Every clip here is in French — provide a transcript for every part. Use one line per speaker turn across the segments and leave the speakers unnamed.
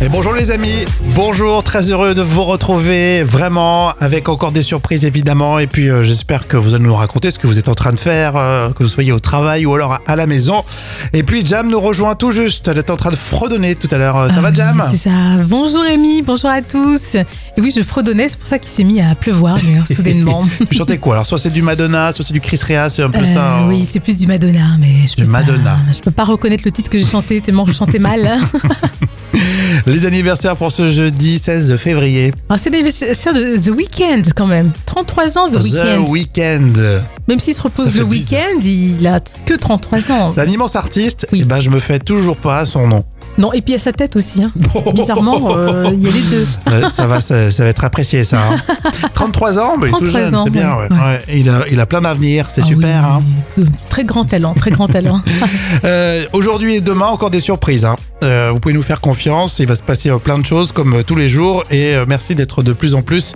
Et bonjour les amis, bonjour, très heureux de vous retrouver vraiment avec encore des surprises évidemment et puis euh, j'espère que vous allez nous raconter ce que vous êtes en train de faire, euh, que vous soyez au travail ou alors à, à la maison. Et puis Jam nous rejoint tout juste, elle est en train de fredonner tout à l'heure, Euh, ça va
Ah,
Jam
C'est ça. Bonjour Rémi, bonjour à tous. Et oui, je fredonnais, c'est pour ça qu'il s'est mis à pleuvoir d'ailleurs, soudainement.
Tu chantais quoi Alors soit c'est du Madonna, soit c'est du Chris Rea, c'est un peu
Euh,
ça. hein.
oui, c'est plus du Madonna, mais je
Du
peux
Madonna.
Pas, je peux pas reconnaître le titre que j'ai chanté tellement je chantais mal. hein.
Les anniversaires pour ce jeudi 16 février.
Alors, c'est l'anniversaire de The Weeknd quand même. 33 ans The Weeknd.
The Weeknd.
Même s'il se
Ça
repose
fait
le
bizarre.
week-end, il a que 33 ans.
C'est un immense artiste.
Oui.
Et ben je me fais toujours pas son nom.
Non, et puis à sa tête aussi. hein. Bizarrement, euh, il y a les deux.
Ouais, ça va, ça, ça va être apprécié ça. hein. 33 ans, mais il est tout
33
jeune,
ans,
c'est bien. Ouais.
ouais.
Ouais, il, a, il a plein d'avenir, c'est
Ah
super. hein.
oui. Très grand talent, très grand talent.
Euh, Aujourd'hui et demain, encore des surprises. hein. Euh, vous pouvez nous faire confiance, il va se passer euh, plein de choses comme euh, tous les jours. Et euh, merci d'être de plus en plus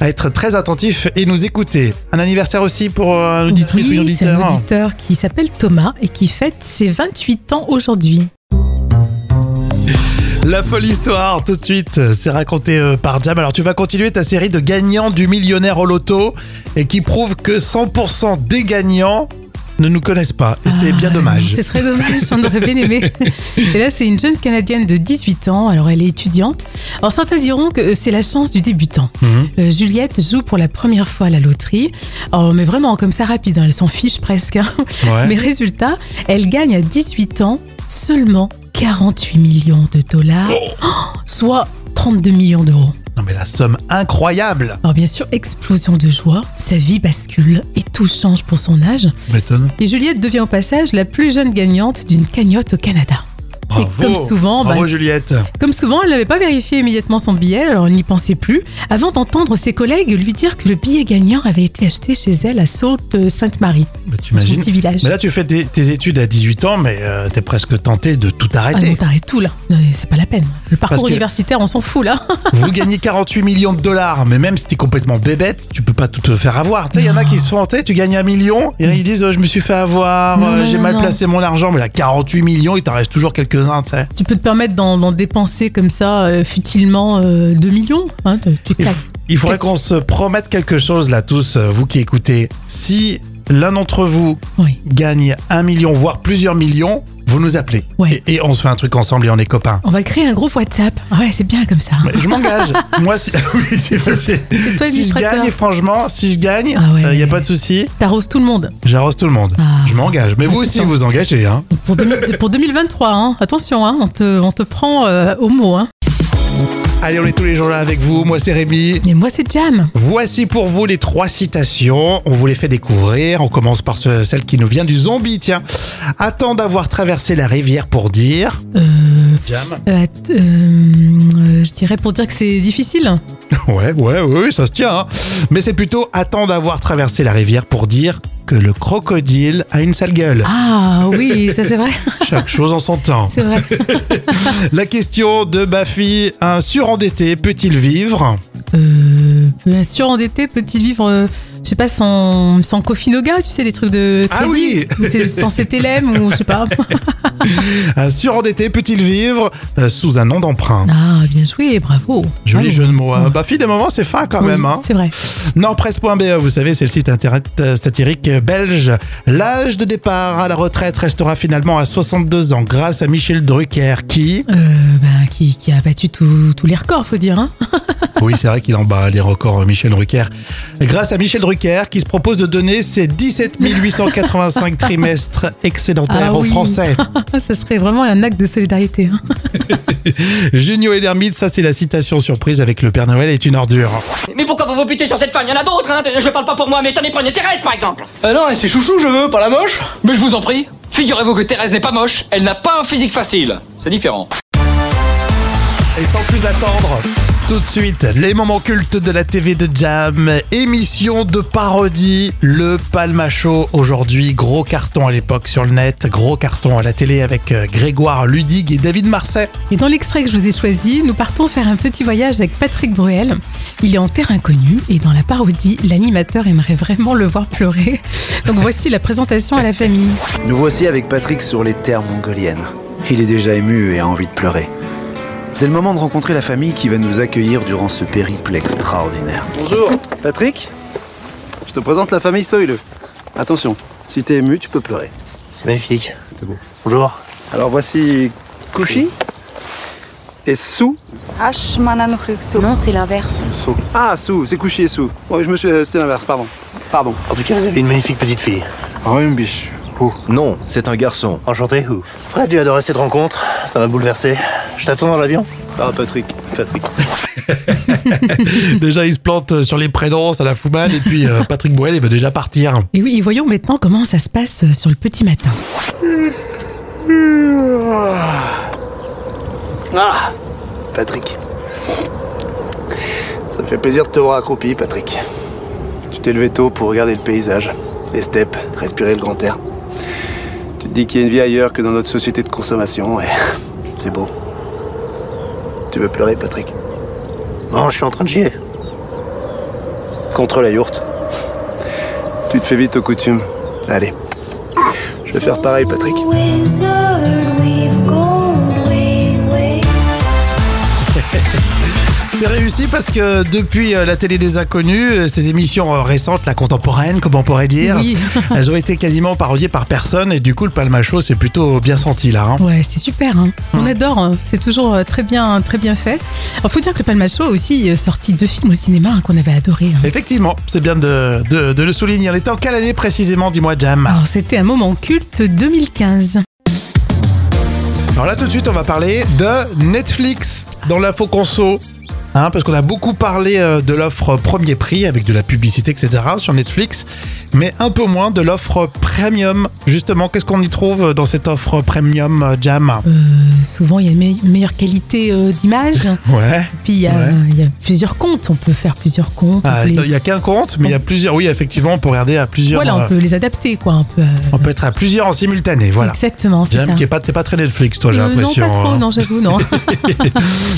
à être très attentif et nous écouter. Un anniversaire aussi pour euh, un auditrice ou un
oui, c'est un
auditeur.
auditeur qui s'appelle Thomas et qui fête ses 28 ans aujourd'hui.
La folle histoire, tout de suite, c'est raconté euh, par Jam. Alors, tu vas continuer ta série de gagnants du millionnaire au loto et qui prouve que 100% des gagnants ne nous connaissent pas. Et c'est
Ah,
bien dommage.
C'est très dommage, on aurait bien aimé. Et là, c'est une jeune Canadienne de 18 ans, alors elle est étudiante. Alors certains diront que euh, c'est la chance du débutant.
Mhm.
Euh, Juliette joue pour la première fois à la loterie, Alors, mais vraiment comme ça rapide, hein, elle s'en fiche presque. hein.
Ouais.
Mais résultat, elle gagne à 18 ans seulement 48 millions de dollars, Oh, soit 32 millions d'euros.
Non, mais la somme incroyable.
Alors bien sûr, explosion de joie, sa vie bascule et tout change pour son âge.
M'étonne.
Et Juliette devient au passage la plus jeune gagnante d'une cagnotte au Canada.
Bravo.
Et comme souvent, bah,
Bravo, Juliette.
comme souvent, elle n'avait pas vérifié immédiatement son billet, alors elle n'y pensait plus, avant d'entendre ses collègues lui dire que le billet gagnant avait été acheté chez elle à Sault-Sainte-Marie,
Bah,
son
T'imagines
petit village.
mais là, tu fais tes, tes études à 18 ans, mais euh, t'es presque tenté de tout
Ah non,
arrêter.
t'arrêtes tout là. Non, mais C'est pas la peine. Le parcours
que-
universitaire, on s'en fout là.
Vous gagnez 48 millions de dollars, mais même si t'es complètement bébête, tu peux pas tout te faire avoir. Tu sais, il y en a qui se font hanter, tu gagnes un million, et ils disent euh, Je me suis fait avoir,
Non,
euh,
non,
j'ai
non,
mal
non.
placé mon argent, mais là, 48 millions, il t'en reste toujours quelques-uns, tu sais.
Tu peux te permettre d'en d'en dépenser comme ça, euh, futilement, euh, 2 millions. hein, tu- tu claques.
Il faudrait qu'on se promette quelque chose, là, tous, euh, vous qui écoutez. Si l'un d'entre vous
Oui.
gagne un million, voire plusieurs millions, vous nous appelez.
Ouais.
Et, et on se fait un truc ensemble et on est copains.
On va créer un groupe WhatsApp. Ah Ouais, c'est bien comme ça. hein.
Mais Je m'engage. Moi, si, oui, c'est vrai.
toi,
si je
l'illustrateur.
gagne, franchement, si je gagne, il
Ah ouais.
n'y a pas de souci.
T'arroses tout le monde.
J'arrose tout le monde.
Ah.
Je m'engage. Mais vous aussi,
Attention.
vous vous engagez. Hein.
Pour, 2000 pour 2023, hein. attention, hein, on, te, on te prend euh, au mot. Hein.
Allez, on est tous les jours là avec vous. Moi, c'est Rémi.
Et moi, c'est Jam.
Voici pour vous les trois citations. On vous les fait découvrir. On commence par ce- celle qui nous vient du zombie. Tiens. Attends d'avoir traversé la rivière pour dire.
Euh,
Jam.
euh, att- euh, euh, je dirais pour dire que c'est difficile.
Ouais, ouais, ouais, ça se tient. hein. Mais c'est plutôt attends d'avoir traversé la rivière pour dire que le crocodile a une sale gueule.
Ah oui, ça c'est vrai,
Chaque chose en son temps.
c'est vrai.
La question de Baffy, un surendetté peut-il vivre
Euh, euh, surendetté, petit vivre, euh, je sais pas, sans, sans Kofinoga, tu sais, les trucs de
Ah
crédit.
oui
Ou c'est sans CTLM, ou je sais pas.
Un surendetté peut-il vivre euh, sous un nom d'emprunt
Ah, bien joué, bravo.
Joli
Bravo.
jeu de mots. hein. Baffy, des moments, c'est fin quand
Oui,
même. Hein.
C'est vrai.
Nordpresse.be, E, vous savez, c'est le site internet euh, satirique belge. L'âge de départ à la retraite restera finalement à 62 ans grâce à Michel Drucker qui...
Euh, ben, qui, qui a battu tous tous les records, faut dire. Hein.
Oui, c'est vrai qu'il en bat les records, euh, Michel Drucker. Grâce à Michel Drucker qui se propose de donner ses 17 885 trimestres excédentaires
Ah
aux
oui.
Français.
ça serait vraiment un acte de solidarité. hein.
Junio et l'ermite, ça c'est la citation surprise avec le Père Noël est une ordure.
Mais pourquoi vous vous butez sur cette femme Il y en a d'autres, hein Je parle pas pour moi, mais tenez, prenez Thérèse, par exemple
Ah non, c'est chouchou, je veux, pas la moche
Mais je vous en prie, figurez-vous que Thérèse n'est pas moche, elle n'a pas un physique facile. C'est différent.
Et sans plus attendre, tout de suite, les moments cultes de la TV de Jam, émission de parodie, le Palmacho aujourd'hui, gros carton à l'époque sur le net, gros carton à la télé avec euh, Grégoire Ludig et David Marseille.
Et dans l'extrait que je vous ai choisi, nous partons faire un petit voyage avec Patrick Bruel. Il est en terre inconnue et dans la parodie, l'animateur aimerait vraiment le voir pleurer. Donc voici la présentation à la famille.
Nous voici avec Patrick sur les terres mongoliennes. Il est déjà ému et a envie de pleurer. C'est le moment de rencontrer la famille qui va nous accueillir durant ce périple extraordinaire.
Bonjour,
Patrick, je te présente la famille Soileux. Attention, si t'es ému, tu peux pleurer.
c'est magnifique. Bonjour.
Alors voici Kushi et Sou.
Non, c'est l'inverse.
Ah, Sou, c'est Kushi et Sou. Ouais, je me suis... euh, C'était l'inverse, pardon. Pardon.
En tout cas, vous avez une magnifique petite fille.
Oh, une biche.
Non, c'est un garçon.
Enchanté. Ou... Fred, j'ai adoré cette rencontre. Ça m'a bouleversé. Je t'attends dans l'avion
Ah, Patrick, Patrick.
Déjà, il se plante sur les prénoms, ça la fout mal. Et puis, euh, Patrick Boel, il veut déjà partir.
Et oui, et voyons maintenant comment ça se passe euh, sur le petit matin.
Ah, Patrick. Ça me fait plaisir de te voir accroupi, Patrick. Tu t'es levé tôt pour regarder le paysage, les steppes, respirer le grand air. Tu te dis qu'il y a une vie ailleurs que dans notre société de consommation, et c'est beau. Tu veux pleurer, Patrick
Non, je suis en train de chier.
Contre la yourte. Tu te fais vite aux coutumes. Allez. Je vais faire pareil, Patrick.
C'est réussi parce que depuis euh, la télé des inconnus, euh, ces émissions euh, récentes, la contemporaine, comme on pourrait dire,
Oui.
elles ont été quasiment parodiées par personne. Et du coup, le palmacho, c'est plutôt bien senti là. hein.
Ouais, c'est super. hein. On adore. hein. C'est toujours euh, très bien, très bien fait. Il faut dire que le Palmacho a aussi euh, sorti deux films au cinéma hein, qu'on avait adoré. hein.
Effectivement, c'est bien de, de- de le souligner. On était en quelle année précisément, dis-moi, Jam
Alors, c'était un moment culte 2015.
Alors là, tout de suite, on va parler de Netflix dans l'info conso. Hein, parce qu'on a beaucoup parlé euh, de l'offre premier prix avec de la publicité, etc. sur Netflix, mais un peu moins de l'offre premium. Justement, qu'est-ce qu'on y trouve dans cette offre premium euh, Jam
Euh, souvent, il y a une me- meilleure qualité euh, d'image.
Ouais.
Puis, il y, a-
Ouais.
il y a plusieurs comptes. On peut faire plusieurs comptes. on
Ah,
peut les-
Il n'y a qu'un compte, mais il y a plusieurs. Oui, effectivement, on peut regarder à plusieurs.
Voilà,
euh,
on peut les adapter, quoi. On peut, euh,
on peut être à plusieurs en simultané. Voilà.
Exactement, c'est
Jam,
ça.
qui est pas, t'es pas très Netflix, toi, j'ai
Euh, non,
l'impression.
pas trop,
hein.
non, j'avoue, non.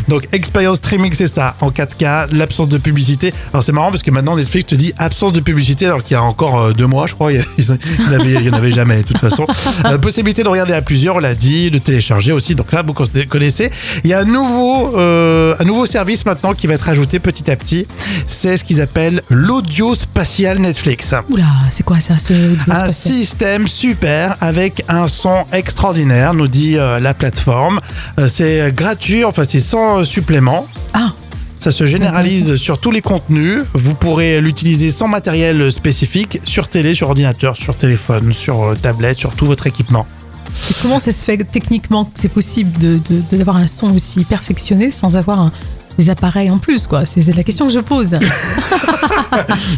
Donc, expérience streaming, c'est ça, en 4K, l'absence de publicité. Alors, c'est marrant parce que maintenant, Netflix te dit absence de publicité, alors qu'il y a encore euh, deux mois, je crois, il n'y en, avait- il y en avait jamais, de toute façon. Euh, possibilité de regarder à plusieurs, on l'a dit, de télécharger aussi. Donc là, vous conna- connaissez. Il y a un nouveau, euh, un nouveau service maintenant qui va être ajouté petit à petit. C'est ce qu'ils appellent l'audio spatial Netflix
Oula, c'est quoi ça, ce audio
un
spatial
système super avec un son extraordinaire, nous dit euh, la plateforme. Euh, c'est gratuit, enfin c'est sans euh, supplément.
Ah,
Ça se généralise sur tous les contenus. Vous pourrez l'utiliser sans matériel spécifique, sur télé, sur ordinateur, sur téléphone, sur euh, tablette, sur tout votre équipement.
et comment ça se fait techniquement que C'est possible d'avoir de, de- d'avoir un son aussi perfectionné sans avoir un- des appareils en plus, quoi. C'est c'est la question que je pose.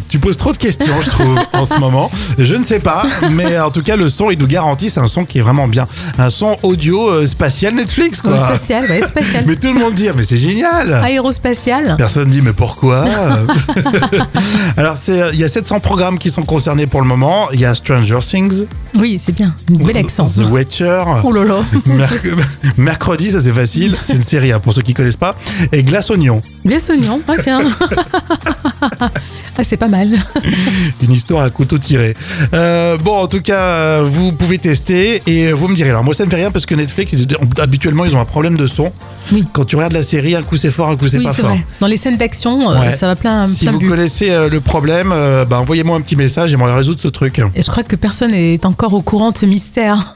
Tu poses trop de questions, je trouve, en ce moment. Je ne sais pas, mais en tout cas, le son, il nous garantit, c'est un son qui est vraiment bien. Un son audio euh, spatial Netflix,
Euh,
quoi.
Spatial, ouais, spatial.
Mais tout le monde dit, ah, mais c'est génial
Aérospatial.
Personne dit mais pourquoi Alors c'est euh, il y a 700 programmes qui sont concernés pour le moment. Il y a Stranger Things,
Oui, c'est bien. Une belle accent.
The Witcher.
Oh là là.
merc- Mercredi, ça c'est facile, c'est une série hein, pour ceux qui connaissent pas. Et Glace Oignon,
Les oignons, ah tiens. ah, c'est pas mal.
une histoire à couteau tiré. Euh, bon, en tout cas, euh, vous pouvez tester et vous me direz. Alors moi ça me fait rien parce que Netflix, ils- habituellement ils ont un problème de son.
Oui.
Quand tu regardes la série, un coup c'est fort, un coup c'est
Oui,
pas
c'est
fort.
vrai. Dans les scènes d'action, euh,
Ouais.
ça va plein,
Si
plein
vous
but.
connaissez euh, le problème, euh, bah, envoyez-moi un petit message et on va résoudre ce truc.
Et je crois que personne n'est encore au courant de ce mystère.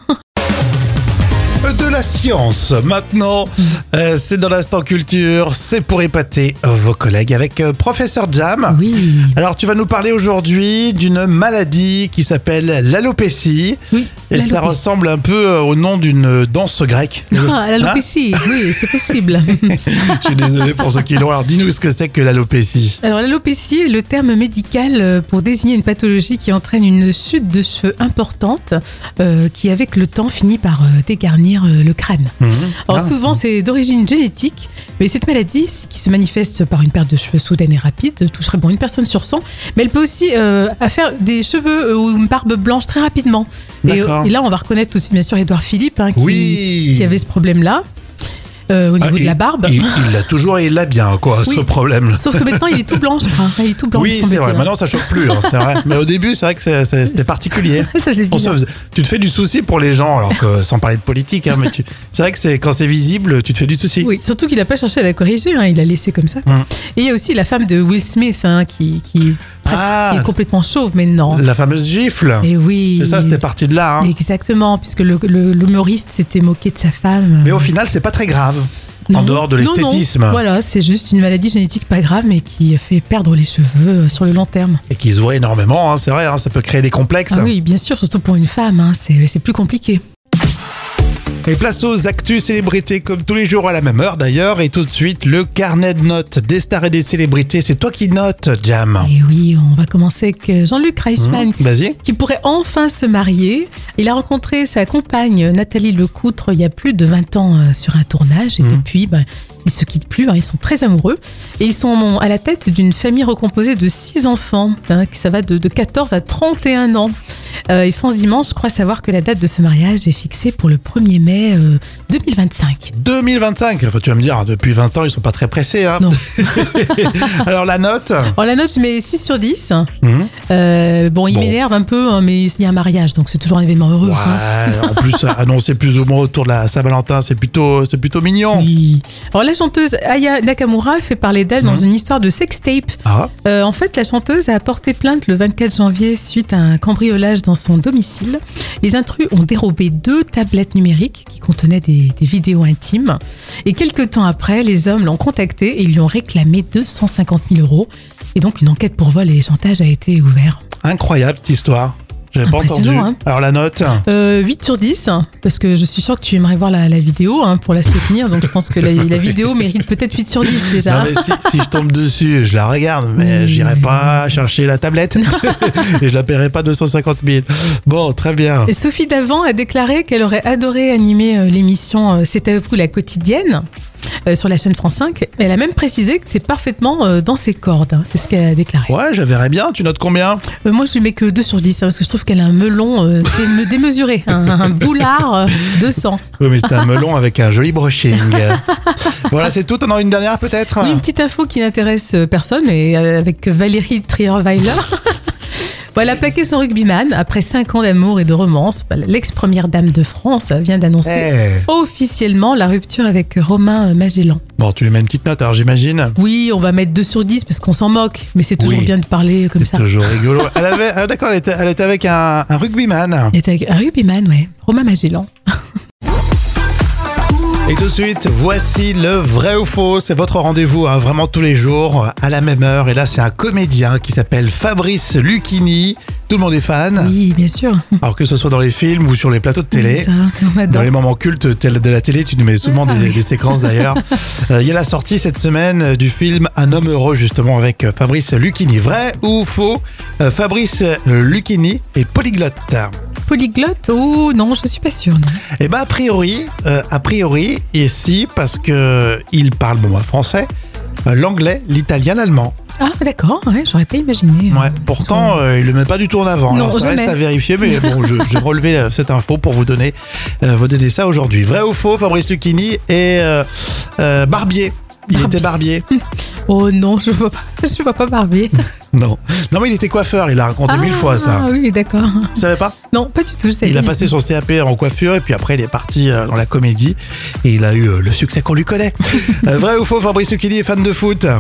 de la science. Maintenant, euh, c'est dans l'instant culture, c'est pour épater vos collègues avec euh, Professeur Jam.
Oui.
Alors, tu vas nous parler aujourd'hui d'une maladie qui s'appelle l'alopécie.
Oui.
Et ça
l'alopécie.
ressemble un peu euh, au nom d'une danse grecque.
Ah, l'alopécie, oui, c'est possible.
Hein Je suis désolé pour ceux qui l'ont. Alors, dis-nous ce que c'est que l'alopécie.
Alors l'alopécie est le terme médical euh, pour désigner une pathologie qui entraîne une chute de cheveux importante euh, qui avec le temps finit par euh, dégarnir euh, le crâne.
Mhm.
Alors
Ah.
souvent c'est d'origine génétique, mais cette maladie c- qui se manifeste par une perte de cheveux soudaine et rapide toucherait bon une personne sur 100, mais elle peut aussi euh, faire des cheveux euh, ou une barbe blanche très rapidement. Et,
D'accord.
et là on va reconnaître tout de suite bien sûr Édouard Philippe hein, qui,
Oui.
qui avait ce problème-là. euh, au niveau
Ah,
de la
il-
barbe.
Il il l'a toujours et il l'a bien, quoi,
Oui.
ce problème.
Sauf que maintenant, il est tout blanc, je crois. Il est tout blanc.
Oui,
me
c'est vrai.
semble-t-il.
Maintenant, ça choque plus, hein, c'est vrai. Mais au début, c'est vrai que c'est- c'est- c'était particulier.
Ça, j'ai
On se
bien.
faisait- tu te fais du souci pour les gens, alors que sans parler de politique, hein, mais tu- c'est vrai que c'est quand c'est visible, tu te fais du souci.
Oui, surtout qu'il n'a pas cherché à la corriger, hein, il l'a laissé comme ça.
Hum.
Et il y a aussi la femme de Will Smith hein, qui, qui, pratique-
Ah.
qui est complètement chauve, mais non.
La fameuse gifle.
Et oui.
C'est ça, c'était parti de là. hein.
Exactement, puisque le- le- l'humoriste s'était moqué de sa femme.
Mais au final, c'est pas très grave. En
Non,
dehors de
non, non.
l'esthétisme.
Voilà, c'est juste une maladie génétique pas grave, mais qui fait perdre les cheveux euh, sur le long terme.
Et qui se voit énormément, hein, c'est vrai, hein, ça peut créer des complexes.
Ah oui, bien sûr, surtout pour une femme, hein, c'est c'est plus compliqué.
Et place aux actus célébrités, comme tous les jours à la même heure d'ailleurs. Et tout de suite, le carnet de notes des stars et des célébrités. C'est toi qui notes, Jam.
Et Eh oui, on va commencer avec euh, Jean-Luc Reichmann,
Vas-y.
qui pourrait enfin se marier. Il a rencontré sa compagne Nathalie Lecoutre il y a plus de 20 ans euh, sur un tournage et
Mhm.
depuis, ben, ils se quittent plus, hein, ils sont très amoureux. Et ils sont à la tête d'une famille recomposée de 6 enfants, hein, qui ça va de, de 14 à 31 ans. Euh, et France Dimanche croit savoir que la date de ce mariage est fixée pour le 1er mai euh, 2025.
2025. Enfin, tu vas me dire, hein, depuis 20 ans, ils sont pas très pressés. Hein.
Non.
Alors la note,
Alors la note, je mets 6 sur 10.
Mhm.
Euh, bon, il
Bon.
m'énerve un peu, hein, mais il y a un mariage, donc c'est toujours un événement heureux.
ouais,
hein.
en plus annoncé plus ou moins autour de la Saint-Valentin, c'est plutôt, c'est plutôt mignon.
Oui. Alors la chanteuse Aya Nakamura fait parler d'elle dans une histoire de sextape.
Ah,
Euh, en fait, la chanteuse a porté plainte le 24 janvier suite à un cambriolage dans son domicile. Les intrus ont dérobé deux tablettes numériques qui contenaient des, des vidéos intimes. Et quelques temps après, les hommes l'ont contactée et lui ont réclamé 250 000 euros. Et donc une enquête pour vol et chantage a été ouverte.
incroyable cette histoire. J'avais pas
Impressionnant,
entendu.
hein.
Alors la note,
Euh, 8 sur 10, parce que je suis sûre que tu aimerais voir la, la vidéo hein, pour la soutenir. Donc je pense que la, la vidéo mérite peut-être 8 sur 10 déjà.
non, mais si, si je tombe dessus, je la regarde, mais
Oui.
j'irai pas chercher la tablette et je la paierai pas 250 000. Bon, très bien.
Et Sophie Davant a déclaré qu'elle aurait adoré animer euh, l'émission euh, C'est à vous la quotidienne euh, sur la chaîne France 5. Elle a même précisé que c'est parfaitement euh, dans ses cordes. hein. C'est ce qu'elle a déclaré.
Ouais, je verrais bien. Tu notes combien
Euh, moi, je lui mets que 2 sur 10 hein, parce que je trouve qu'elle a un melon euh, dé- démesuré, hein, un, un boulard euh, 200.
Oui, mais c'est un melon avec un joli brushing. voilà, c'est tout. T'en as une dernière peut-être
Oui, une petite info qui n'intéresse euh, personne et euh, avec Valérie Trierweiler. Bon, Elle a plaqué son rugbyman après 5 ans d'amour et de romance. Bah, L'ex-première dame de France vient d'annoncer
Eh.
officiellement la rupture avec Romain Magellan.
Bon, tu lui mets une petite note, alors j'imagine.
Oui, on va mettre 2 sur 10 parce qu'on s'en moque, mais c'est toujours
Oui.
bien de parler comme
C'est
ça.
toujours rigolo. Elle avait, ah, d'accord, elle était, elle était avec un, un rugbyman.
Il était avec un rugbyman, ouais. Romain Magellan.
Et tout de suite, voici le vrai ou faux. C'est votre rendez-vous, hein, vraiment tous les jours, à la même heure. Et là, c'est un comédien qui s'appelle Fabrice Lucchini. Tout le monde est fan.
Oui, bien sûr.
Alors que ce soit dans les films ou sur les plateaux de télé.
Ça, on adore.
Dans les moments cultes tels de la télé, tu nous mets souvent
Ah
des,
oui.
des séquences d'ailleurs. Euh, Il y a la sortie cette semaine euh, du film Un homme heureux justement avec euh, Fabrice Lucchini. Vrai ou faux Euh, Fabrice euh, Lucchini est polyglotte.
Polyglotte Oh non, je suis pas sûre. non.
Eh ben a priori, euh, a priori, et si parce que il parle bon moi français, euh, l'anglais, l'italien, l'allemand.
Ah, d'accord, ouais, j'aurais pas imaginé.
Ouais.
euh,
Pourtant, euh, il le met pas du tout en avant.
Non,
Alors, ça
jamais.
reste à vérifier, mais bon, je, je relevais euh, cette info pour vous donner, euh, vous donner ça aujourd'hui. Vrai ou faux, Fabrice Lucchini est euh, euh, barbier. Il
Barbier.
était barbier.
Oh non, je vois pas, je vois pas Barbier.
Non. Non, mais il était coiffeur. Il a raconté mille fois ça.
Ah oui, d'accord.
Vous savez pas
Non, pas du tout. je savais
Il a
pas du
passé
tout.
son CAP en coiffure et puis après il est parti euh, dans la comédie et il a eu euh, le succès qu'on lui connaît. Euh, Vrai ou faux, Fabrice Lucchini est fan de foot.
Euh,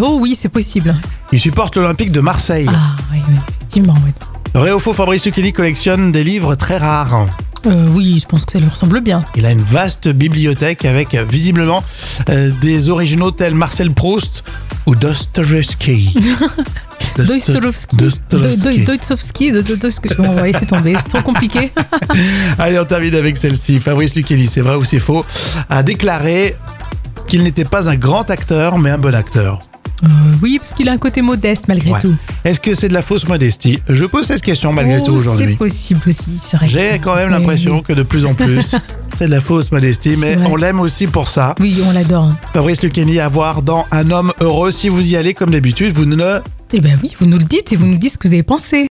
oh oui, c'est possible.
Il supporte l'Olympique de Marseille.
Ah oui, oui, effectivement, oui.
Vrai ou faux, Fabrice Lucchini collectionne des livres très rares.
Euh, oui, je pense que ça lui ressemble bien.
Il a une vaste bibliothèque avec euh, visiblement euh, des originaux tels Marcel Proust ou Dostoevsky. Dosto-
Dostoevsky.
Dostoevsky.
Dostoevsky. Dostoevsky. Je vais envoyer, c'est tombé. C'est trop compliqué.
Allez, on termine avec celle-ci. Fabrice Lucchini, c'est vrai ou c'est faux, a déclaré qu'il n'était pas un grand acteur mais un bon acteur.
Euh, oui, parce qu'il a un côté modeste malgré
Ouais.
tout.
Est-ce que c'est de la fausse modestie Je pose cette question malgré
Oh,
tout
C'est
aujourd'hui.
possible aussi, c'est vrai.
J'ai quand même
Oui,
l'impression que de plus en plus, c'est de la fausse modestie, mais
C'est vrai.
on l'aime aussi pour ça.
Oui, Oui, on l'adore. hein.
Fabrice Lucchini à voir dans Un homme heureux. Si vous y allez comme d'habitude, vous ne
Eh ben oui, vous nous le dites et vous nous dites ce que vous avez pensé.